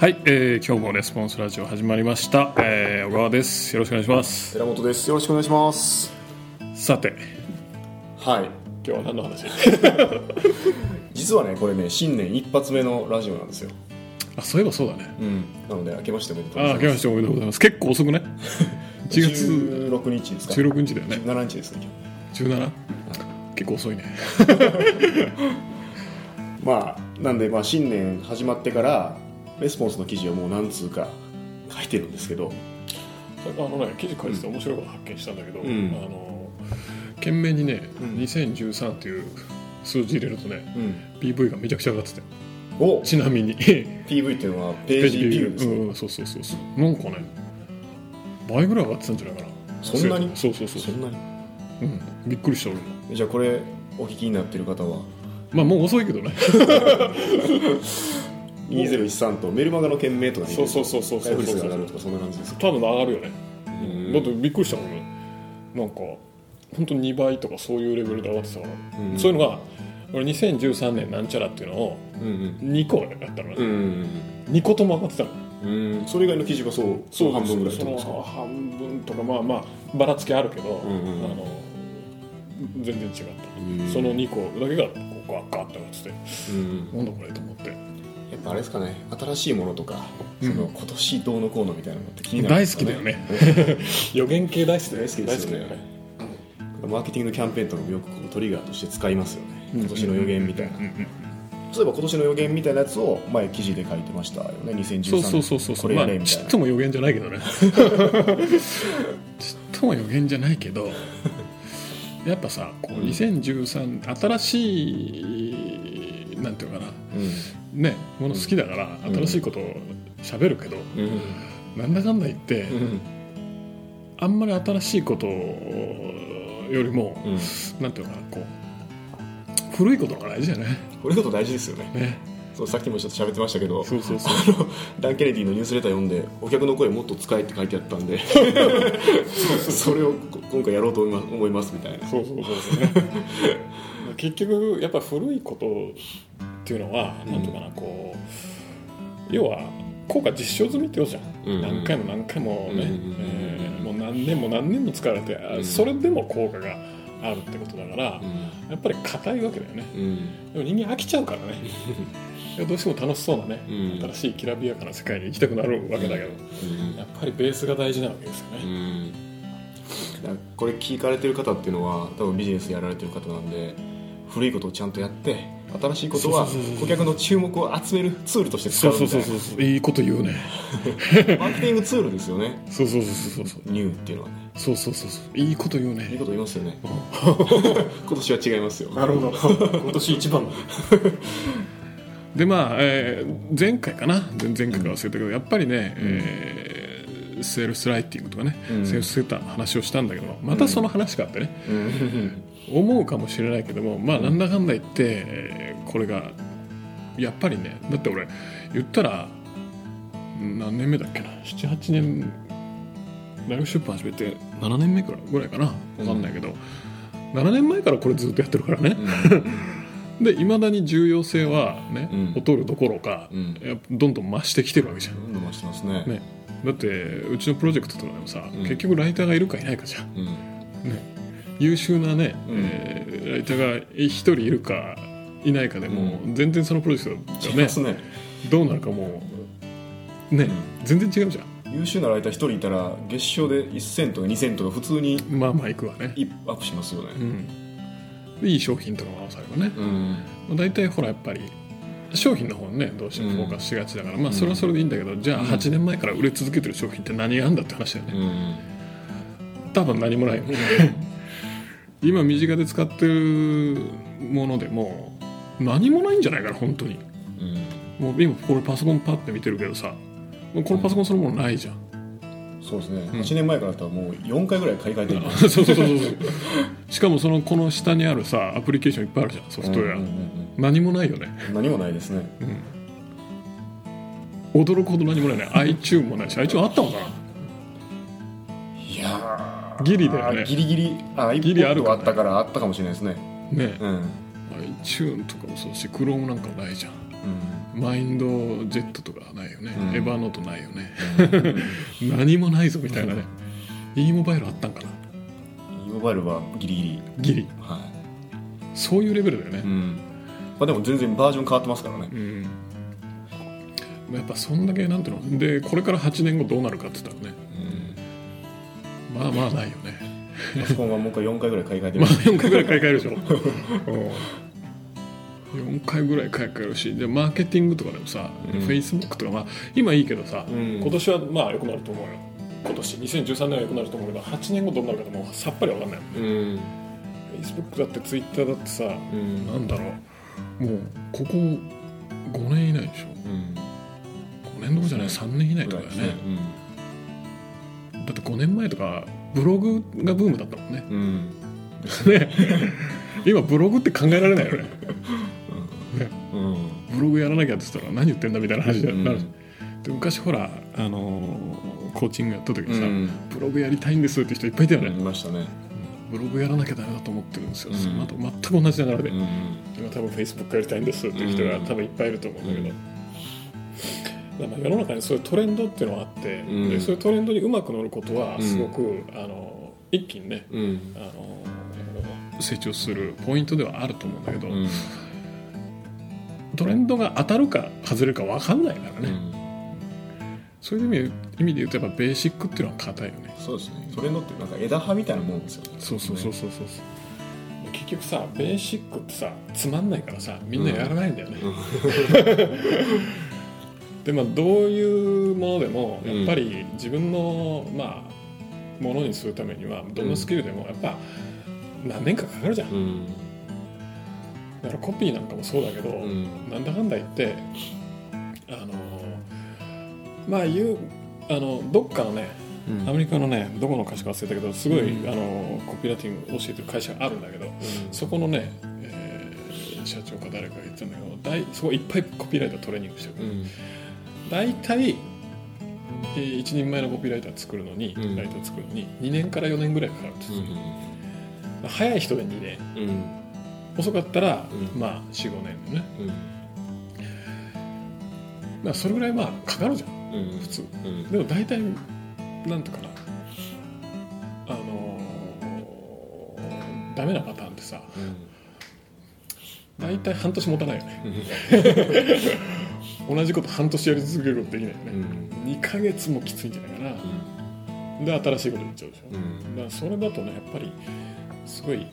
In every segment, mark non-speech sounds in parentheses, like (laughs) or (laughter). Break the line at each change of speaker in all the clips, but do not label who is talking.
はい、えー、今日もレスポンスラジオ始まりました、えー、小川ですよろしくお願いします
寺本ですよろしくお願いします
さて
はい
今日は何の話
(laughs) 実はねこれね新年一発目のラジオなんですよ
あそういえばそうだね
うんなので明けましておめでとう
あ明けましておめでとうございます結構 (laughs) 遅くね
1月16日ですか
16日だよね
17日ですね
17? 結構遅いね
まあなんでまあ新年始まってからレスポンスの記事をもう何通か書いてるんですけど
あのね記事書いてて面白いこと発見したんだけど、
うん
あの懸命にね、
うん
2013っていう数字入れるとね
うん、
PV がめちゃくちゃ上がってて
お
ちなみに (laughs) ペ
PV っていうのはページビューですね、
うん、そうそうそうそうなんかね倍ぐらい上がってたんじゃないかな
そんなに
そうそうそう
そ
そうん
なに
うん、びっくりした俺も
じゃあこれお聞きになってる方は
まあもう遅いけどね
2013とメルマガの件名とかに
そうそうそうそう
回復率が上がるとかそんな感じです
多分上がるよね、
うん
だってびっくりしたもんねなんか本当に2倍とかそういうレベルで上がってたから、
うん
そういうのが俺2013年なんちゃらっていうのを
うんうん
2個やったのね、
うん
2個とも上がってたの
うんうんそれ以外の記事がそうそう半分ぐらいって
そ
こと
の
ですか
半分とかまあまあばらつきあるけど、
んうん
あの全然違った、
うん
その2個だけがこうガッガッて上がってて
うん
なんだこれと思って
やっぱあれですかね新しいものとか、
うん
その今年どうのこうのみたいなのって気になるんで
大
す
好きだよ
ね
ね (laughs) 予言系大好きだよ
大好きですよねマーケティングキャンペーンとかもよくこうトリガーとして使いますよね今年の予言みたいな、
うんうん
例えば今年の予言みたいなやつを前記事で書いてましたよね2013年
そうそうそうそう
こ
そう、
れ
ま
や
あ
れ、み
ち
たい
っ
な、
とも予言じゃないけどね (laughs) ちっとも予言じゃないけどやっぱさこう
うん
2013新しいなんていうのかなねもの好きだから
うん
新しいことを喋るけど、
うんうん
なんだかんだ言って、
うん
あんまり新しいことよりも、
うん
なんていうのかなこう古いことの方が大事だよね
これこそ大事ですよね
ね
そうさっきもちょっと喋ってましたけど
そうそうそう
あのダン・ケネディのニュースレター読んでお客の声もっと使えって書いてあったんでそれをこ今回やろうと思いま思いますみたいな
そうそう (laughs) そうそうね結局やっぱ古いことっていうのは
うん
何ていうかなこう要は効果実証済みってことじゃん、
うんうん
何回も何回もね、
うんうんうん
えーもう何年も何年も使われて、あ
うん
それでも効果があるってことだから、やっぱり硬いわけだよね
うん
でも人間飽きちゃうから (laughs) ねいやどうしても楽しそうなね、
うん
新しいきらびやかな世界に行きたくなるわけだけど、
うん
やっぱりベースが大事なわけですよね、
うんだからこれ聞かれてる方っていうのは多分ビジネスやられてる方なんで古いことをちゃんとやって新しいことは
そうそうそうそう
顧客の注目を集めるツールとして使
そうう
み
そう
た
そ
いう
そうそういいこと言うね
なマーケティングツールですよね
そうそうそうそうそう
ニューっていうのはね
そうそうそうそういいこと言う
いい
ね
こと言います
(laughs)
よね今年は違いますよ
るほど今年一番 (laughs) でまあ、えー前回かな前々回か忘れたけどやっぱりね、えーセールスライティングとかね、
うん
セールスセーターの話をしたんだけどまたその話があってね、
うん
思うかもしれないけどもまあなんだかんだ言って、えーこれがやっぱりねだって俺言ったら何年目だっけな78年大学出版始めて7年目くらいぐらいかな分かんないけど、7年前からこれずっとやってるからね、でいまだに重要性はね、
うん
劣るどころか、
うん
やっぱどんどん増してきてるわけじゃん、
飲ましてますね
ね、だってうちのプロジェクトとかでもさ、
うん
結局ライターがいるかいないかじゃん
うん
優秀なね、
うん
えーライターが一人いるかいないかでも、全然そのプロジェクト
違い
がね
ますね
どうなるかもうね、
ん
全然違うじゃん
優秀なライター一人いたら月賞で1000とか2000とか普通に
まあまあいくわね
一歩アップしますよ
う
ね
んでいい商品とかも合わさればね、
うん
まあ、大体ほらやっぱり商品の方にねどうしてもフォーカスしがちだから、まあそれはそれでいいんだけどじゃあ8年前から売れ続けてる商品って何があんだって話だよ
う
ね
ん
多分何もない今身近で使ってるものでも何もないんじゃないかな本当にもう今これパソコンパッて見てるけどさもうこのパソコンそのものない
(laughs)
じゃん、
そうですね、
ん
8年前からだったらもう4回ぐらい買い替えてる
そうそうそうそうしかもそのこの下にあるさアプリケーションいっぱいあるじゃんソフトウェア、
うんうんうん
何もないよね
うん何もないですね
驚くほど何もないね iTune もないし iTune あったのか
いや
なギリだよね
ギリギリあ
ギリある
iPod
か
は
らね
あったからあったかもしれないですね
ね
うん、うん
iTune とかもそうだし Chrome なんかもないじゃんマインドジェットとかないよね、
うん
エヴァノートないよね (laughs) 何もないぞみたいなね e モバイルあったんかな
E モバイルはギリギリ
ギリ
は
そういうレベルだよね
い、うんまあ、でも全然バージョン変わってますからね
うんやっぱそんだけなんていうのでこれから8年後どうなるかって言ったらねまあまあないよね
パソコンはもう一回4回ぐらい買い替えて
ま
ま
あ
す
4回ぐらい買い替え
(laughs)
るでしょうん4回ぐらい買い替えるしでマーケティングとかでもさ、
うん
フェイスブックとかまあ今いいけどさ、
うん
今年はまあ良くなると思うよ今年2013年は良くなると思うけど8年後どうなるかもうさっぱり分かんない
うん
フェイスブックだってツイッターだってさ
うん
なんだろうもうここ5年以内でしょ
う
5
ん
年どころじゃない3年以内とかだよねだって5年前とかブログがブームだったもんね
うんうん
ね今ブログって考えられないよね
うん
ブログやらなきゃって言ったら何言ってんだみたいな話になる、
うん
で昔ほら、あのーコーチングやった時にさ、
うん
ブログやりたいんですって人いっぱいいたよ
あり
ね、
ましたね
ブログやらなきゃダメだと思ってるんですよ、
うん
また全く同じ流れで、
うん
今多分フェイスブックやりたいんですっていう人が
うん
多分いっぱいいると思うんだけど、
うん
だからまあ世の中にそういうトレンドっていうのがあって、
うん
でそういうトレンドにうまく乗ることは
うん
すごく、あの一気にね
うん
あの成長するポイントではあると思うんだけど、
うん
トレンドが当たるか外れるか分かんないからね、そういう意味意味で言うとやっぱベーシックっていうのは硬いよね
そうですねトレンドってなんか枝葉みたいなもんですよね
そうそうそうそうそうそう結局さベーシックってさつまんないからさみんなやらないんだよね、 (laughs) でまあどういうものでも
うん
やっぱり自分の、まあものにするためにはどのスキルでもやっぱ何年かかかるじゃんだ
うん
からコピーなんかもそうだけど、
うん
なんだかんだ言ってあのまあ言うあのどっかのね
うん
アメリカのねどこの会社か忘れたけどすごい、
うん
あのコピーライティングを教えてる会社があるんだけどそこのね、えー社長か誰かが言ってたんだけど大そこいっぱいコピーライタートレーニングしてる、
うん
大体、えー、一人前のコピーライター作るのに、
うん
ライター作るのに2年から4年ぐらいかかるって言ってた、早い人で2年
うんうん
遅かったら、
うん
まあ45年だよね
うん
だからそれぐらいまあかかるじゃん
うん
普通
うん
でも大体なんとかなあのーダメなパターンってさ大体半年持たないよね同じこと半年やり続けることできないよね、2ヶ月もきついんじゃないかなで新しいこと言っちゃうでしょ、だからそれだとねやっぱりすごい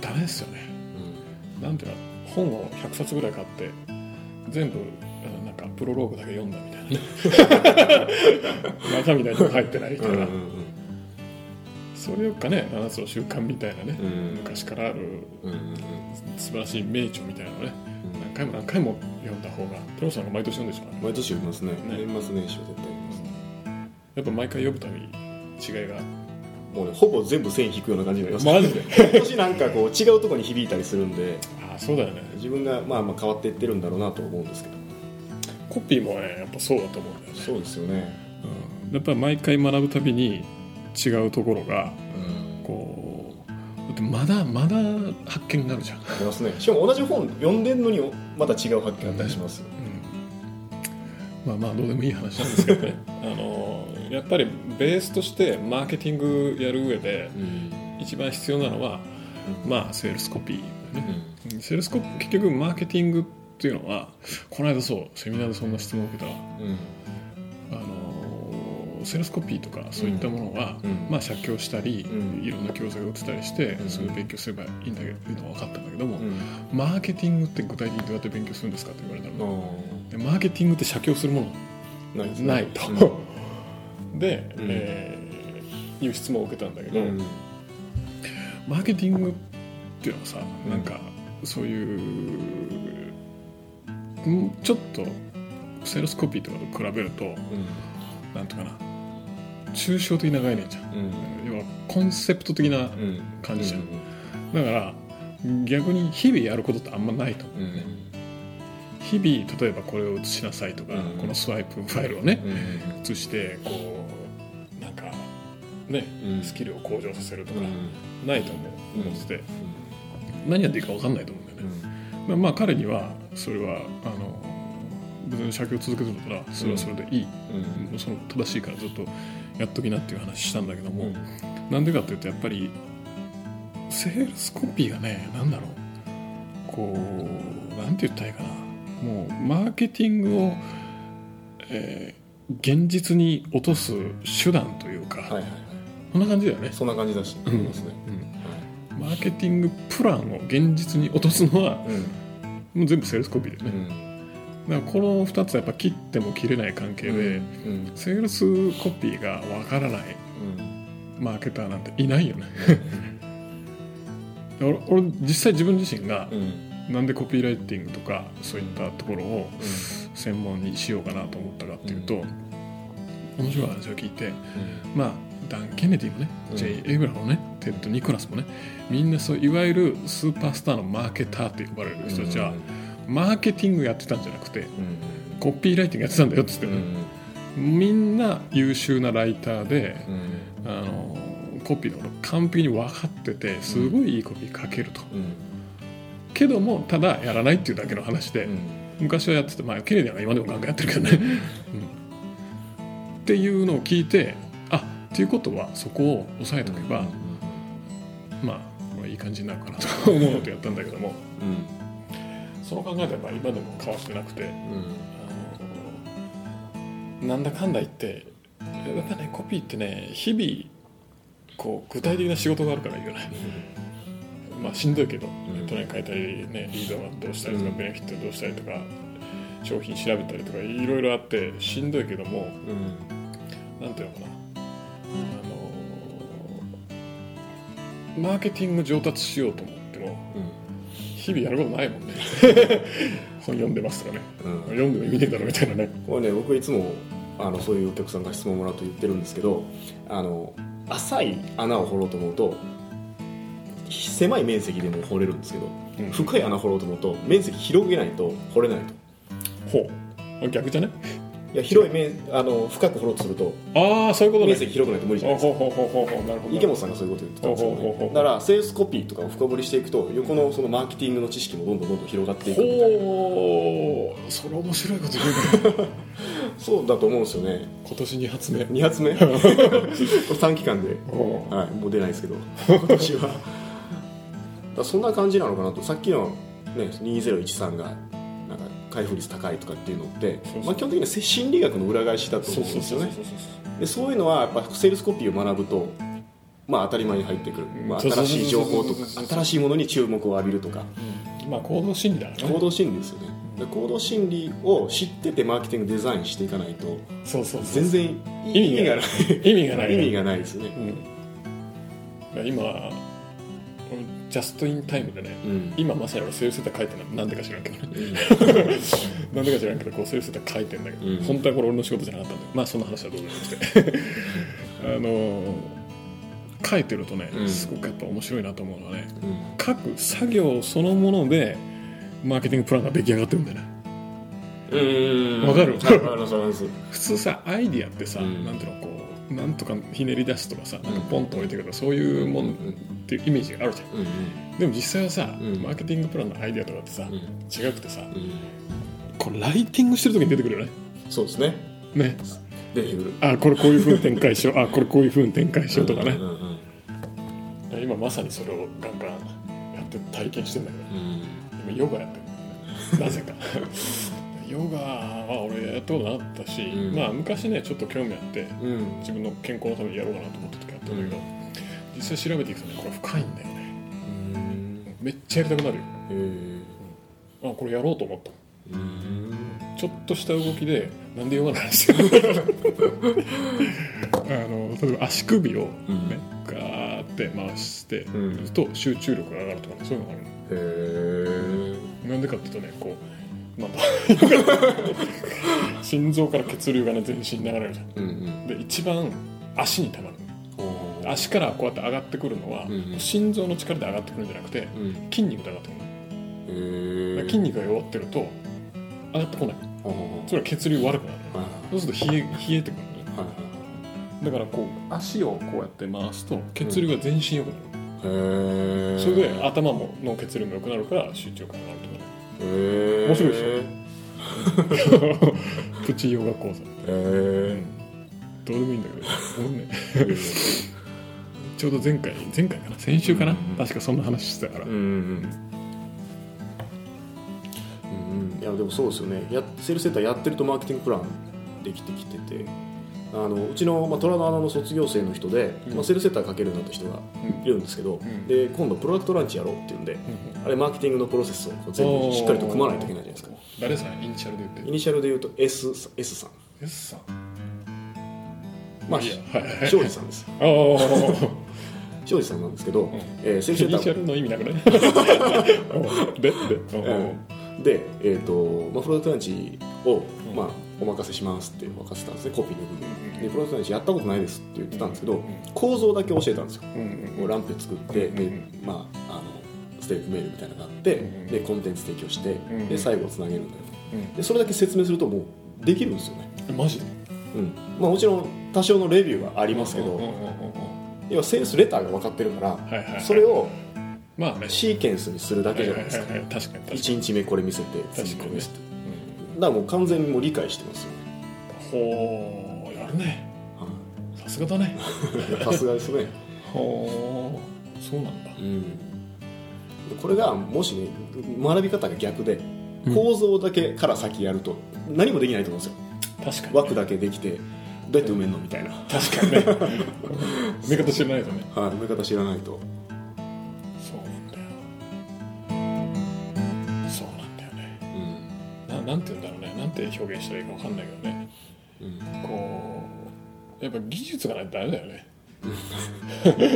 ダメですよねなんていうか本を100冊ぐらい買って全部あなんかプロローグだけ読んだみたいな (laughs) ね中身だけ入ってないみたいな、それよっかね7つの習慣みたいなね、昔からある素晴らしい名著みたいなのをね何回も何回も読んだ方がテロさんが毎年読んでしょうね
毎年読みますね年末年始は絶対読みます
やっぱ毎回読むたび違いが
もうねほぼ全部線引くような感じになります
マジで
今年なんかこう違うところに響いたりするんで
ああそうだよね
自分がまあまあ変わっていってるんだろうなと思うんですけど
コピーもねやっぱそうだと思うんだよね
そうですよね
やっぱり毎回学ぶたびに違うところが
うん
こうだってまだまだ発見があるじゃん、
ありますねしかも同じ本読んでんのにまた違う発見あったりします
まあまあどうでもいい話なんですけどね (laughs) あのやっぱりベースとしてマーケティングやる上で
うん
一番必要なのはまあセールスコピーだよね、
うん
セールスコピー結局マーケティングっていうのはこの間そうセミナーでそんな質問を受けたわ
うん
あのセールスコピーとかそういったものは、
うんうん
まあ、写経したり、
うん
いろんな教材を打ってたりして、
うん
そういう勉強すればいいんだけどっていうのは分かったんだけども、
うん
マーケティングって具体的にどうやって勉強するんですかって言われたの、
あ
でマーケティングって写経するも
ーないです
の
ね
ないと、
うん
で、
うん
えーいう質問を受けたんだけど、
うん
マーケティングっていうのはさなんかそういうんちょっとセールスコピーとかと比べるとなんとかな抽象的な概念じゃん
うん
要はコンセプト的な
うん
感じじゃん
う
だ
ん
から逆に日々やることってあんまないと思う
うん
ね、日々例えばこれを写しなさいとか、
うん
このスワイプファイルをね
うん
写してこうなんかね
うん
スキルを向上させると
う
か
ん
ないと思う
うん
思ってて何やっていいか分かんないと思うんだよ
う
ね、
ん
まあまあ彼にはそれはあの別に写経続けてるんだったらそれはそれでいい、
うん
その正しいからずっとやっときなっていう話したんだけども、
うん
なんでかっていうとやっぱりセールスコピーがねなんだろうこうなんて言ったらいいかなもうマーケティングを、えー現実に落とす手段というか、
はいはいはい
こんな感じだよね、
そんな感じだし
ん
思いますね
うん
は
マーケティングプランを現実に落とすのはい
うん
もう全部セールスコピーだ
う
よね、
ん
だからこの2つはやっぱ切っても切れない関係で、
うん
セールスコピーがわからない
うん
マーケターなんていないよね俺 (laughs) 俺実際自分自身が
うんうん
なんでコピーライティングとかそういったところを専門にしようかなと思ったかっていうと、面白い話を聞いてまあダン・ケネディもね、
うん
J ・エイブラムもねテッド・ニコラスもねみんなそういわゆるスーパースターのマーケターって呼ばれる人たちは、マーケティングやってたんじゃなくて
うん
コピーライティングやってたんだよっつって
うんう
ね、
ん
みんな優秀なライターで
うん
あのコピーのこと完璧に分かっててすごいいいコピー書けると、
うん
けどもただやらないっていうだけの話で、
うん
昔はやっててまあケネディは今でもガンガンやってるけどね、うんっていうのを聞いてあっていうことはそこを押さえとけば、まあこれいい感じになるかなと思うのとやったんだけども
うん
その考えではまあ今でも変わってなくて
うん
あのなんだかんだ言ってやっぱねコピーってね日々こう具体的な仕事があるからいいよねまあしんどいけどネットに変えたりねリードはどうしたりとか
うん
ベネフィットどうしたりとか商品調べたりとかいろいろあってしんどいけども
うん
なんていうのかなあのマーケティング上達しようと思っても日々やることないもんね (laughs) 本読んでますとかね
うん
読んでも意味ねえだろみたいなね
これね僕いつもあのそういうお客さんから質問をもらうと言ってるんですけどあの浅い穴を掘ろうと思うと狭い面積でも掘れるんですけど、
うん
深い穴を掘ろうと思うと面積広げないと掘れないと
ほう逆じゃね
いや広い面あの深く掘ろうとすると
ああそういうことね
面積広くないと無理じゃな
あ
いですか
ほうほうほうほうほうなるほど
池本さんがそういうこと言ってたんです
ほうほうほう
よね
ほう
だからセールスコピーとかを深掘りしていくと横のそのマーケティングの知識もどんどんどんどん広がっていくみたいな
ほうそれ面白いこと言うね
そうだと思うんですよね
今年2発目
2発目これ短期間で
お
はい、もう出ないですけど今年はだからそんな感じなのかなとさっきの、ね、2013がなんか開封率高いとかっていうのって
そうそう
まあ、基本的には心理学の裏返しだと思
そううんそう
です
そう
よ
そう
ねでそういうのはやっぱセールスコピーを学ぶと、まあ、当たり前に入ってくる、まあ、
そうそう
新
そうそう
しい情報
そう
とか
そうそう
新しいものに注目を浴びるとか
まあ行動心理だから
行
ね
動心理ですよねで行動心理を知っててマーケティングデザインしていかないと
そうそうそう
全然意
意
味
味
が
が
ない
意味がない
意
ね
味がないですよね、
うん今俺ジャストインタイムでね
うん
今まさに俺セールセーター書いてないなんでか知らんけどねなんでか知らんけどこうセールセーター書いてんだけど、
うん
本当はこれ俺の仕事じゃなかったんだけどまあそんな話はどうでもよくて (laughs) あのー書いてるとね
うん
すごくやっぱ面白いなと思うのはね、
うん
書く作業そのものでマーケティングプランが出来上がってるんだよねわ
わ
かる
わかりますわかります
普通さアイディアってさ、
うん
なんていうのこうなんとかひねり出すとかさなんかポンと置いてくるとかそういうもんっていうイメージがあるじゃん
うん
でも実際はさ、
うん
マーケティングプランのアイディアとかってさ、
うん
違くてさ
うん
こうライティングしてる時に出てくるよね
そうですね
ね
出てくる
あこれこういうふうに展開しようあこれこういうふうに展開しようとかね
うん、うん
今まさにそれをガンガンやって体験してんだけど
うん
今ヨガやってるなぜか (laughs) ヨガは俺やったことなかったし、
うん
まあ昔ねちょっと興味あって
うん
自分の健康のためにやろうかなと思った時あったんだけど、実際調べていくとねこれ深いんだよね
うん
めっちゃやりたくなるよ
へー
あこれやろうと思った
うん
ちょっとした動きでなんでヨガの話
(laughs)
してるあの例えば足首をね、ガーって回して、
うん
すると集中力が上がるとか、ね、そういうのがあるの
へー
なんでかっていうとねこうなんだ
(laughs)
心臓から血流がね全身に流れるじゃん
うんうん
で一番足にたまる
ほう
足からこうやって上がってくるのは、
うんうん
心臓の力で上がってくるんじゃなくて
うん
筋肉で上がってくる
へ
だから
ー
筋肉が弱ってると上がってこない
ほうほう
それは血流悪くなる
ほうはい
そうすると冷え冷えてくるのね
はいは
だからこう足をこうやって回すと血流が全身良くなる、
いはいへー
それで頭もの血流も良くなるから集中力が上がるとかね
へー
面白いでしょプチヨガ講座
へえ
どうでもいいんだけど俺ね (laughs) ちょうど前回前回かな先週かな、
うんうん
確かそんな話してたから、
うんうんうんいやでもそうですよねやセールスセンターやってるとマーケティングプランできてきててあのうちの、まあ、虎の穴の卒業生の人で、
うん
まあ、セールスセンターかけるようになった人がいるんですけど、
ん
で今度プロダクトランチやろうっていうんであれマーケティングのプロセスをこう全部しっかりと組まないといけないじゃないですか
誰さんイニシャルで言って
イ
る
ニシャルで言うと S, S さん
S さん
まあ
いいやはいはい
庄司さんです
あ
(laughs)
あ
庄司さんなんですけど、
ん
えーセールス
イ
センタ
ニシャ
ー
ルの意味なくない
(laughs)
おうででおう
うんで、えーとまあ、プロダクトランチを、
ん
まあ、お任せしますって任せたんですねコピーの部分でプロダクトランチやったことないですって言ってたんですけど、
うん
構造だけ教えたんですよ
うん
もうランプ作って、
うん
でまあ、あのステープメールみたいなのがあって、
うん
でコンテンツ提供して、
ん
で最後つなげるんだよ
うん
でそれだけ説明するともうできるんですよね、
うんマジで
うんまあ、もちろん多少のレビューはありますけど、
うんうんうんうん
要はセールスレターが分かってるから、
はいはい
それを
まあね
シーケンスにするだけじゃないですか、
ははは (laughs) 確かに確かに
1日目これ見せて次
確か
こ
に
れ見
ね
せてだからもう完全にもう理解してますよね
ほうやるねさすがだね
さすがですね、
ほうそうなんだ
うん、これがもしね学び方が逆で
うん
構造だけから先やると何もできないと思うんです
確
よ
かに
枠だけできてどうやって埋めるのみたいな、
確 (laughs) かにね見方知らないとね
はい、埋め方知らないと
そうなんだよそうなんだよね
うん
ななんて言うんだろうねなんて表現したらいいかわかんないけどね
うん
こうやっぱ技術がないとダメだよね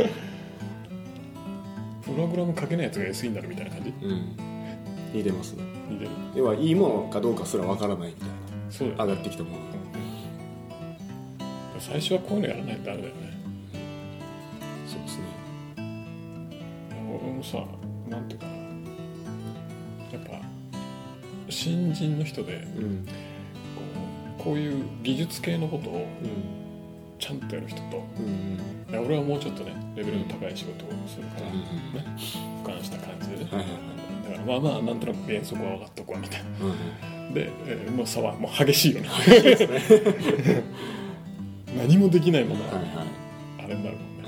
(laughs) プログラム書けないやつが SE になるみたいな感じ
うん似てますね
似てる
要はいいものかどうかすらわからないみたい
そうだ
な
よね
上がってきたもの
うん最初はこういうのやらないとダメだよね
そうですね
俺もさなんていうかなやっぱ新人の人で
うん
こうこういう技術系のことを
うん
ちゃんとやる人と
うん
いや俺はもうちょっとねレベルの高い仕事をするから、
うん
ね、俯瞰した感じでね
はいはい
だからまあまあなんとなく原則は分かっとこうみたい
はい
なで、えーもう差はもう激しいよね
はいですね
何もできないまま
はいはい
あれになるもんね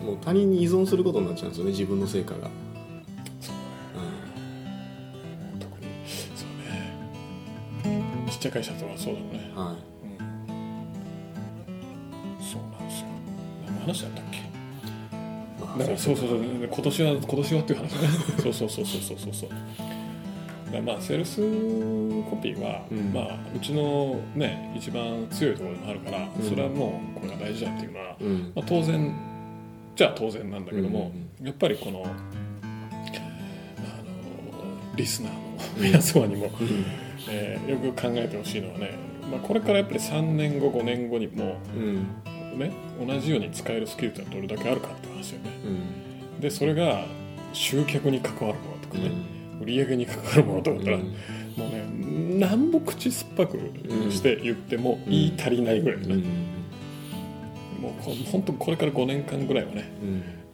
うんもう他人に依存することになっちゃうんですよね自分の成果が、
そうね特にそうねちっちゃい会社とはそうだろうね
う、んはい、
そうなんですよ何の話だったっけ
ま
だからそうそうそう今年は今年はっていう話ね (laughs) そうそうそうそうそうそうそうだからまあセールスコピーは、
うん
まあ、うちのね一番強いところでもあるから、
うん
それはもうこれが大事だっていうのは、
うん
まあ、当然じゃあ当然なんだけども
うん、
やっぱりこのあのリスナーの皆様にも、えーよく考えてほしいのはね、まあ、これからやっぱり3年後5年後にも
うん
ね同じように使えるスキルってのはどれだけあるかって話よね。
うん
でそれが集客に関わるものとか
う
ね、
ん
売り上げに関わるものと思ったら、
うん
もうね何も口酸っぱくして言っても言い足りないぐらいの
う
ね、
ん
もうこ本当これから5年間ぐらいはね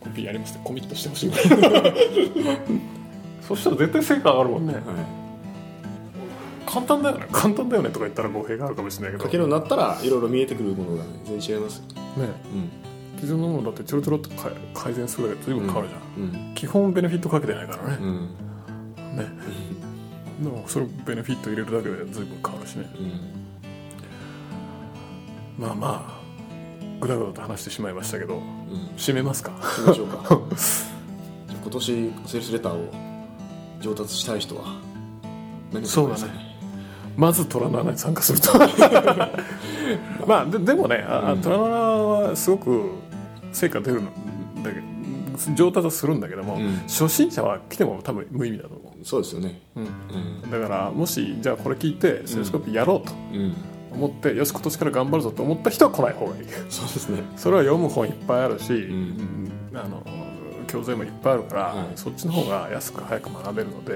う
コ
ん
ピーやりますってコミットしてほしいぐらい (laughs) そしたら絶対成果上がるもんね
は
簡単だよね簡単だよねとか言ったら語弊があるかもしれない
い、かけるようになったらいろいろ見えてくるものが、ね、全然違いますよ、
ね
うん
既存のものだってちょろちょろっとか改善するだけで随分変わるじゃん、
うん
基本ベネフィットかけてないからね
う、ん
ねでもそれベネフィット入れるだけで随分変わるしね
うん
まあまあぐだぐだと話してしまいましたけど
うん
締めます
(laughs)
か
しましょうかじゃあ今年セールスレターを上達したい人は何すればいいですか
まず虎の穴に参加すると
(laughs)
まあででもねあ
うん
虎の穴はすごく成果出るんだけど上達はするんだけども、
うん
初心者は来ても多分無意味だと思
そうですよね
う、
うん
だからもしじゃあこれ聞いてセレスコピーやろうと
うん
思って、よし今年から頑張るぞと思った人は来ない方がいい
そうですね
それは読む本いっぱいあるし、
ん
あの教材もいっぱいあるから、
はい
そっちの方が安く早く学べるので、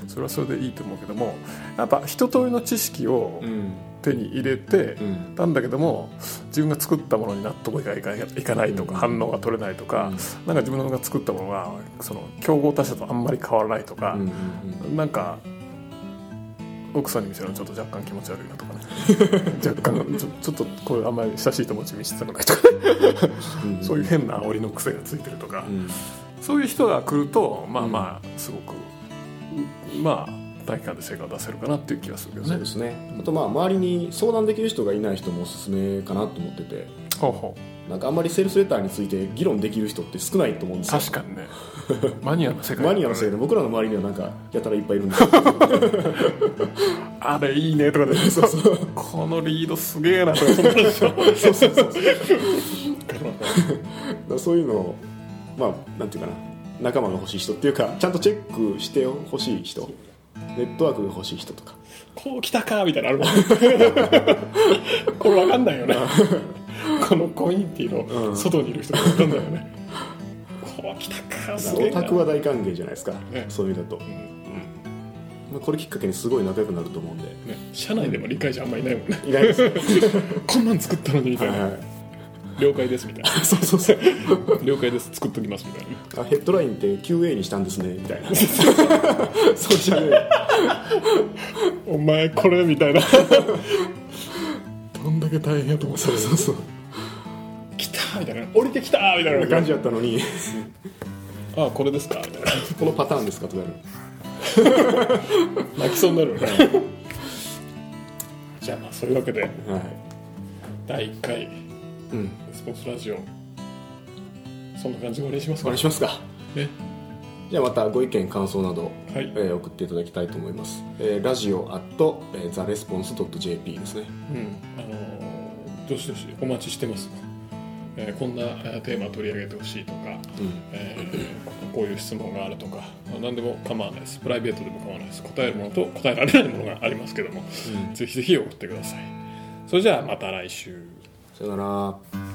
うん
それはそれでいいと思うけどもやっぱ一通りの知識を
うん
手に入れて
う、ん
なんだけども自分が作ったものに納得がいかないいかないとか、
うん
反応が取れないとか、
うん
なんか自分が作ったものがその競合他社とあんまり変わらないとか
うんう、ん
なんか奥さんに見せるのちょっと若干気持ち悪いなとかね
(laughs)
若干ちょちょっとこれあんまり親しい友達に見せたく
(laughs)
ないとか、ね、
うん
そういう変な煽りの癖がついてるとか、
うん
そういう人が来るとまあまあすごく、うまあ体育館で成果を出せるかなっていう気がするけど
そう
ね
で。すねあとまあ周りに相談できる人がいない人もおすすめかなと思ってて
ほうほ
なんかあんまりセールスレターについて議論できる人って少ないと思うん
う
ですよ
確かにねマニアの世界だか
マ
らね
ニアのせいで僕らの周りにはなんかやたらいっぱいいるんですよ
あれいいねとかで
(laughs) そうそう
このリードすげえなとかそんなでしょ
そうそ
(laughs)
うそうそうだからそういうのをまあなんていうかな仲間が欲しい人っていうかちゃんとチェックしてほしい人ネットワークが欲しい人とか
こう来たかみたいなのあるもんこれわかんないよねこのコミュニティ
う
の
ん
外にいる人がわかんないよね、こう来たかすげえ
オ
な
タクは大歓迎じゃないですか、
ね
そういうのだと、
うん
まあ、これきっかけにすごい仲良くなると思うんで
ね、社内でも理解者あんまいないもんね
いないですね
こんなん作ったのにみた
はい
いな、
はい
了解ですみたいな (laughs) そうそうそう了解です作っときますみたいな
あヘッドラインって QA にしたんですねみたいな (laughs) そうじゃね
お前これみたいなどんだけ大変やと思って
そうそうそう
来たみたいな降りてきたみたいな
感
感
じ
じ
やったのに
ああこれですかみたいな
このパターンですかとかやる
泣きそうになるよねじゃあまあそういうわけで
はい
第1回
うん
スポーツラジオそんな感じで終わりにします
お
か
願いしますか
ね
じゃあまたご意見感想など、
はい
えー送っていただきたいと思います、えーラジオ at therresponse.jp ですね
うんあのーどしどしお待ちしてます、えーこんなえーテーマ取り上げてほしいとか、
うん
えーこういう質問があるとかまあ何でも構わないですプライベートでも構わないです答えるものと答えられないものがありますけども、
うん
ぜひぜひ送ってくださいそれじゃあまた来週
さよなら